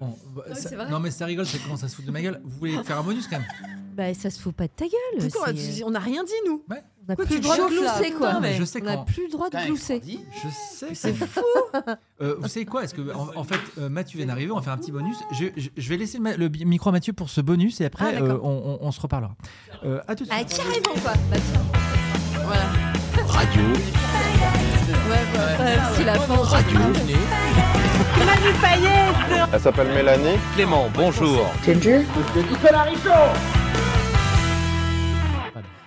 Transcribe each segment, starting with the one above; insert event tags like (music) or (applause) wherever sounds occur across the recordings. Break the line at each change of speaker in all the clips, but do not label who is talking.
Bon, bah, ça- non mais ça rigole, c'est comment ça se fout de ma gueule. Vous voulez faire un bonus quand même
Bah, ça se fout pas de ta gueule.
Pourquoi on a-
c'est- euh,
on n'a rien dit, nous
Ouais.
on a
Pourquoi
plus
tu
le droit de
chauffes, là
glousser,
Putain,
quoi.
mais-
Je sais
On a
qu'on.
plus le droit de glousser.
Je sais. C'est fou.
(laughs)
Euh, vous savez quoi Est-ce que en, en fait, euh, Mathieu vient d'arriver, on va faire un petit bonus. Je, je- je vais laisser le, ma- le bi- micro à Mathieu pour ce bonus et après
Ah, d'accord.
euh, on, on- on se reparlera. Euh, à tout de
Ah,
suite.
carrément, quoi. Bah, tiens.
Voilà.
Radio.
Ouais, bah,
Euh, si la fin, on s'en fout.
Elle s'appelle Mélanie.
Clément, bonjour.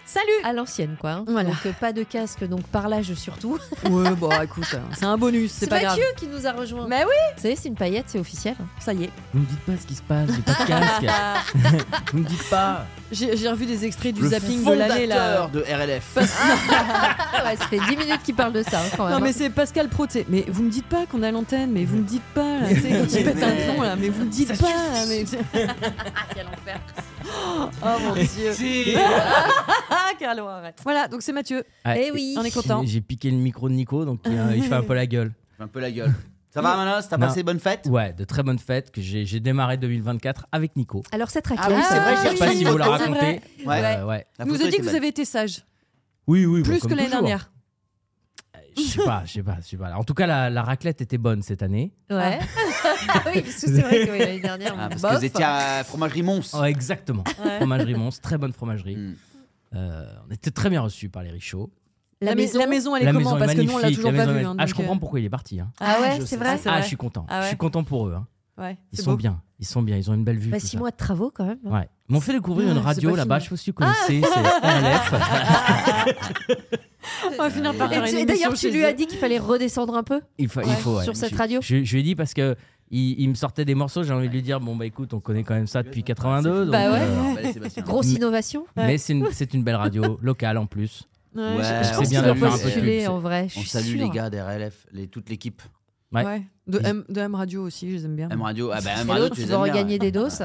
Salut
À l'ancienne, quoi. hein.
Voilà.
Donc, euh, pas de casque, donc par l'âge surtout.
Ouais, bon, écoute, hein, c'est un bonus, c'est
C'est
pas grave.
Mathieu qui nous a rejoint.
Mais oui
Vous savez, c'est une paillette, c'est officiel.
Ça y est.
Vous me dites pas ce qui se passe, j'ai pas de (laughs) casque. Vous me dites pas.
J'ai j'ai revu des extraits du
le
zapping de
fondateur
l'année, là.
de RLF.
Ah ouais, ça fait 10 minutes qu'il parle de ça, hein, quand même.
Non mais c'est Pascal Proté. Mais vous me dites pas qu'on est à l'antenne, mais vous me dites pas là. C'est quand il pète un plomb là, mais vous me dites pas. là, mais... oh mon dieu. Ah Carlo, arrête. Voilà, donc c'est Mathieu.
Ah,
Eh oui.
On est content.
j'ai- J'ai piqué le micro de Nico, donc il, euh, il fait un peu la
(laughs)
gueule.
un peu la gueule. Ça va, Manos T'as
Non.
passé bonne fête
Ouais, de très bonnes fêtes que j'ai j'ai démarré 2024 avec Nico.
Alors, cette
Ah
raquette. euh,
oui, c'est vrai,
Je
j'ai
sais pas
oui,
si vous la
c'est
racontez.
Ouais.
Euh, ouais.
La
Il nous
photo
a dit
était
que vous
belle.
avez été sage,
Oui, oui. bon,
plus
comme
que l'année
toujours.
dernière.
Je sais pas, je sais pas, je sais pas. En tout cas, la, la raclette était bonne cette année.
Ouais. oui, parce que c'est vrai que oui, l'année dernière.
Ah, parce
bof.
que vous étiez à Fromagerie Mons.
Oh, exactement. Fromagerie Mons, très bonne fromagerie.
Mm.
Euh, on était très bien reçus par les richots.
La maison.
la maison elle est
la
comment
maison
Parce
est
que
magnifique.
nous on l'a toujours
la
pas
maison
vue.
est-
hein,
Ah,
donc,
je comprends pourquoi il est parti. hein.
Ah ouais,
je
c'est
sais,
vrai.
c'est
Ah,
vrai.
je suis content.
Ah
Je suis
ouais.
content pour eux. hein.
euh, ouais,
Ils
c'est
sont
beau.
bien. Ils sont bien. Ils ont une belle vue.
Bah,
tout
6
ça.
mois de travaux, quand même. hein.
Ouais. Ils m'ont fait découvrir
Ah,
une
c'est
radio
pas
là-bas.
fini.
Je sais pas si vous connaissez. C'est RLF.
On va finir par
Et
faire
tu-
une
Et
émission
d'ailleurs, tu
chez
lui
eux.
as dit qu'il fallait redescendre un peu
Il fa- il
Ouais,
faut, ouais.
sur cette
Je-
radio.
Je, je lui ai dit parce que il, il me sortait des morceaux. J'ai envie de lui dire bon bah écoute, on connaît quand même ça depuis 82. donc,
Bah ouais.
euh,
Ah, bah, allez, Sébastien.
Grosse
Mais-
innovation.
Mais c'est une, c'est une belle radio locale en plus.
Ouais,
Ouais,
je- je
c'est
pense
bien
qu'il
de
doit
faire un peu de
postuler.
pub.
postulé en vrai. je
On
suis
salue
sûre.
les gars des RLF, les, toute l'équipe.
Ouais.
Ouais. De M, de M Radio aussi, je les aime bien.
M Radio. Ah bah,
Et
M Radio,
l'autre,
tu
tu
les
vas
aimes bien,
regagner
ouais.
des doses.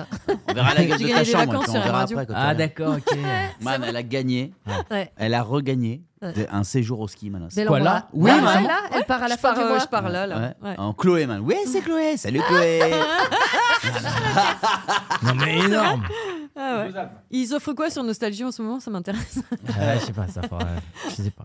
On verra la
J'ai
gueule de
gagné
ta
des
chambre.
vacances
puis
sur
on
M
verra
Radio.
après. quand
Ah
elle-
d'accord. Ok.
Man, elle a gagné.
Ouais.
Elle a regagné
Ouais.
de- un séjour au ski, Manos.
Dès
Quoi,
l'endroit.
là
Oui,
Ah,
vraiment.
ouais, là, elle part à la
je
fin
pars,
du
euh,
mois.
je pars là, là.
Ouais.
Ouais.
En Chloé, man. Oui, c'est Chloé. Salut, Chloé.
Non mais énorme.
Ah ouais. Ils offrent quoi sur Nostalgie en ce moment Ça
(laughs)
m'intéresse.
Ouais, je sais pas ça. faudra- Je sais pas.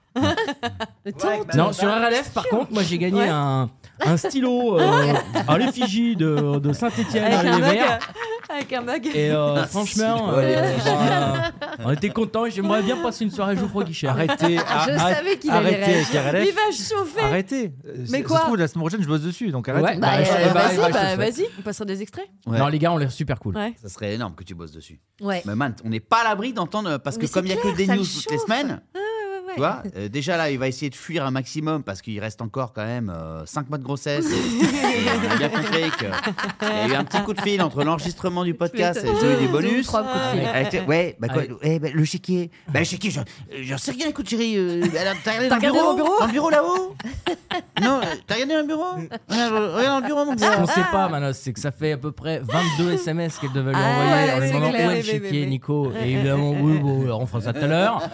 Le temps.
Bah,
Non, sur RLF, par contre, moi j'ai gagné
Ouais.
un, un stylo euh, à l'effigie de, de Saint-Etienne à
hein.
Avec un mug.
l'hiver.
euh, Avec un mug.
Et euh,
Ah,
franchement,
si, ouais,
euh, bah, on était contents et j'aimerais bien passer une soirée Geoffroy Guichet.
Arrêtez.
Je
arrête-
savais qu'il allait
arrêtez
réagir.
avec RLF.
Il va chauffer.
Arrêtez. Euh, ça-
quoi
ça se trouve, la semaine prochaine, je bosse dessus, donc
Ouais,
arrêtez.
bah,
Ah,
euh,
je-
vas-y,
eh bah, bah, je te
bah,
le souhaite.
vas-y, on passera des extraits.
Ah,
Ouais.
Non, les gars, on l'air super cool.
Ouais.
Ça serait énorme que tu bosses dessus.
Ouais.
Mais man, on n'est pas à l'abri d'entendre parce
Mais
que comme il
c'est
n'y a
clair,
que des
ça le
news toutes les
chauffe.
semaines,
ouais, ouais.
tu vois, euh, déjà là, il va essayer de fuir un maximum parce qu'il reste encore quand même 5 mois
(laughs)
de grossesse. Et- et on a bien compris qu'il y a eu un petit coup de fil entre l'enregistrement du podcast et celui du
Deux ou
bonus.
trois
Ah,
coups de fil.
Elle était- ouais, bah quoi,
Ouais.
eh, bah, le chéquier. Bah, le chéquier, j'en j'en sais rien, écoute, chérie. euh, elle a- T'as regardé
T'as
dans
regardé
le
dans le bureau
bureau Dans le bureau là-haut Non, euh, t'as regardé dans le bureau
Mm.
Regarde regarde dans le bureau, mon
Ce qu'on
Ah.
gars.
sait pas, Manos, c'est que ça fait à peu près
(laughs)
22 SMS qu'elle devait lui
Ah,
envoyer
ouais,
en lui
c'est
demandant
clair,
quoi
oui,
le
oui, oui.
chéquier, Nico. Et évidemment, oui, bon, alors on fera ça tout
(laughs)
à l'heure.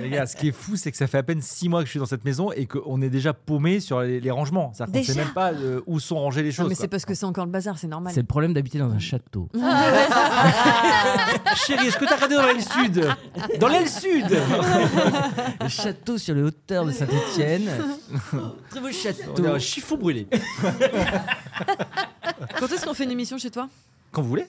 Les gars, ce qui est fou, c'est que ça fait à peine 6 mois que je suis dans cette maison et qu'on est déjà paumé sur les, les rangements. C'est-à-dire qu'on
Déjà
sait même pas euh, où sont rangées les
Non, mais
choses.
c'est parce que c'est encore le bazar, c'est normal.
C'est le problème d'habiter dans un château.
quoi. Chérie, est-ce que t'as regardé dans l'aile sud Dans l'aile sud
Le château sur les hauteurs
(laughs)
de Saint-Etienne. Très beau
On
château.
est un chiffon brûlé.
Quand est-ce qu'on fait une émission chez toi
Quand vous voulez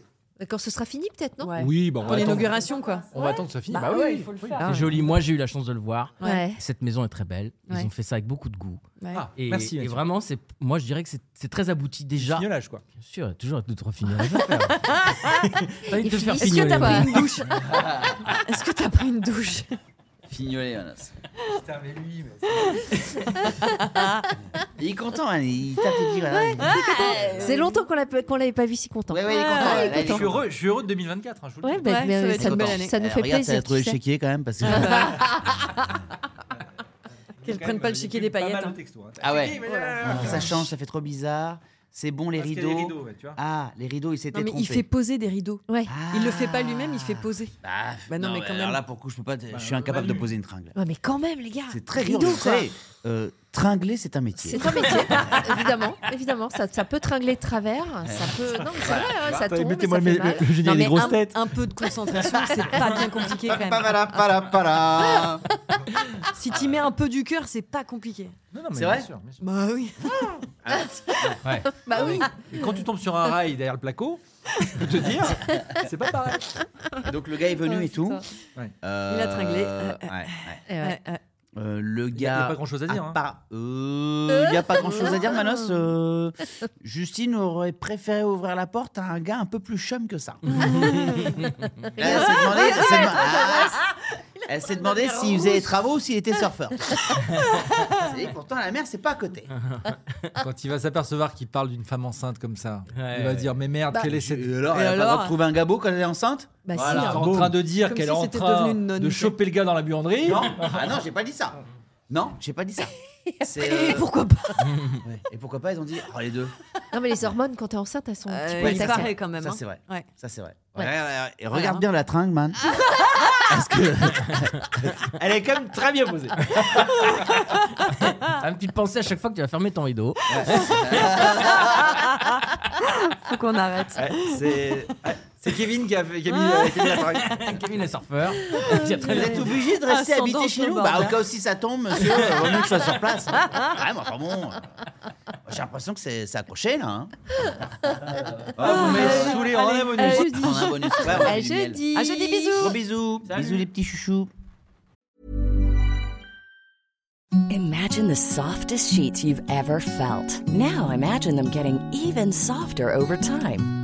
Quand ce sera fini, peut-être, non
Ouais.
Oui, bah, on
Pour
va attendre.
l'inauguration, quoi.
On va attendre que ça finisse.
Bah
Bah
oui,
oui,
il faut le
oui.
faire.
C'est joli. Moi, j'ai eu la chance de le voir.
Ouais.
Cette maison est très belle. Ils
Ouais.
ont fait ça avec beaucoup de goût.
Ouais.
Ah,
Et,
merci.
et
Mathieu.
vraiment, c'est, moi, je dirais que c'est, c'est très abouti déjà. Bien
Fignolage, quoi.
sûr, toujours deux, trois fignolages à faire.
(laughs)
Pas envie de
Et
te faire
finissent que t'as
(laughs) fignoler.
Ah.
Une douche. Est-ce que t'as pris une douche
Fignolet, Jonas.
Putain, mais lui,
Il est content, hein, il tape les pieds, voilà. il-
C'est longtemps qu'on l'a- qu'on l'avait pas vu si content.
Ouais, ouais, il est content.
Ouais,
là, il est
je suis
content.
heureux, je suis heureux de 2024, hein, je vous le
Ouais,
dis.
bah,
Ah, Ouais,
mais
ça va être
ça,
une
nous-
bonne année.
ça nous
Eh,
fait
regarde, ça a
plaisir.
trouvé
tu sais.
le chéquier quand même. Parce que... (laughs)
Qu'elles
Quand
prennent
même,
pas le
il y a
chiquet
eu
des
mal
paillettes.
de
hein.
textos, hein.
Ah ouais.
Si, mais, euh,
ça change, ça fait trop bizarre. C'est bon, les
parce qu'il y a
rideaux.
des rideaux, ouais, tu vois.
Ah, les rideaux, il s'était
Non, mais
trompé.
il fait poser des rideaux.
Ouais.
Il le fait pas lui-même, il fait poser.
Bah,
Bah non,
non,
mais
mais
quand
Alors
même. Ah,
là, pour le coup, je peux pas. te- je suis
euh,
incapable de
Manu.
poser une tringle.
Ouais, mais quand même, les gars.
C'est très dur,
rideau,
je
quoi.
sais. Euh, tringler, c'est un métier.
C'est un
(laughs)
métier, Ah, évidemment, évidemment, ça, ça peut tringler de travers, ça peut, non mais c'est vrai, ouais, ça tombe, ça fait mal.
Non,
génie
mais un, un peu de concentration, c'est pas bien
(laughs)
compliqué quand même.
Papala, pala, pala.
Si t'y mets un peu du cœur, c'est pas compliqué.
Non, non, mais
C'est
bien
vrai
sûr, bien sûr.
Bah oui. (laughs)
Ouais. Ah
Bah oui,
Et quand tu tombes sur un rail derrière le placo, je peux te dire, c'est pas pareil.
Et Donc le gars est venu
Oh,
et tout.
putain.
Ouais.
Euh,
Il a tringlé. Euh,
ouais, ouais.
Eh ouais.
Euh, le
Il y a- il y a
gars.
pas grand-chose à dire, hein.
part- Euh, Il n'y a pas grand chose à dire, Manos. Euh, Justine aurait préféré ouvrir la porte à un gars un peu plus chum
(laughs)
que ça. Là, elle
Ah,
s'est demandé, elle s'est demandé- elle s'est demandé s'il faisait les travaux ou s'il était
(laughs)
surfeur. Et pourtant, la mer, c'est pas à côté.
Ah, Quand il va s'apercevoir qu'il parle d'une femme enceinte comme ça,
Ouais,
il va
ouais.
dire Mais merde,
Bah,
quelle est cette.
Et alors,
Et
elle a pas le droit
alors
de trouver un gabo quand elle est enceinte
bah
Elle est
si, hein.
en train de dire
Comme
qu'elle
si
est en
c'était
train
devenu une nonne,
de
quoi.
choper le gars dans la buanderie.
Non, ah non, j'ai pas dit ça. Non, j'ai pas dit
(laughs)
ça. C'est, euh,
Et pourquoi pas
ouais. Et pourquoi pas Ils ont dit oh, les deux.
non mais les hormones quand t'es enceinte elles sont un petit
Euh,
peu
Il
ça,
taquines.
paraît quand même.
ça
hein.
c'est vrai.
Ouais.
Ça c'est vrai.
Ouais.
Ouais, ouais, ouais. Et
Voilà,
regarde
hein.
bien la tringle, man. Parce que
Elle est quand même très bien posée.
une petite pensée à chaque fois que tu vas fermer ton rideau.
Faut qu'on arrête. (laughs)
c'est.
C'est Kevin qui a, fait- qui a mis, euh, qui a mis la parole.
Kevin est surfeur. Il y a très
Vous
bien-
êtes obligé
Ah,
de rester
Ascendant
habité chez
sur
nous
le
Bah, au
hein.
bordel.
cas où si ça tombe, monsieur, euh, vaut mieux que je sois sur
(laughs)
place. Ouais, mais enfin bon. euh, J'ai l'impression que c'est c'est accroché, là. hein.
Ah, vous m'avez saoulé en
allez,
un bonus.
allez.
jeudi.
On a un bonus. Ouais, on
À
fait du miel.
Ah, jeudi.
À jeudi, bisous.
Gros bisous. Bisous, les petits chouchous.
Imagine the softest sheets you've ever felt. Now imagine them getting even softer over time.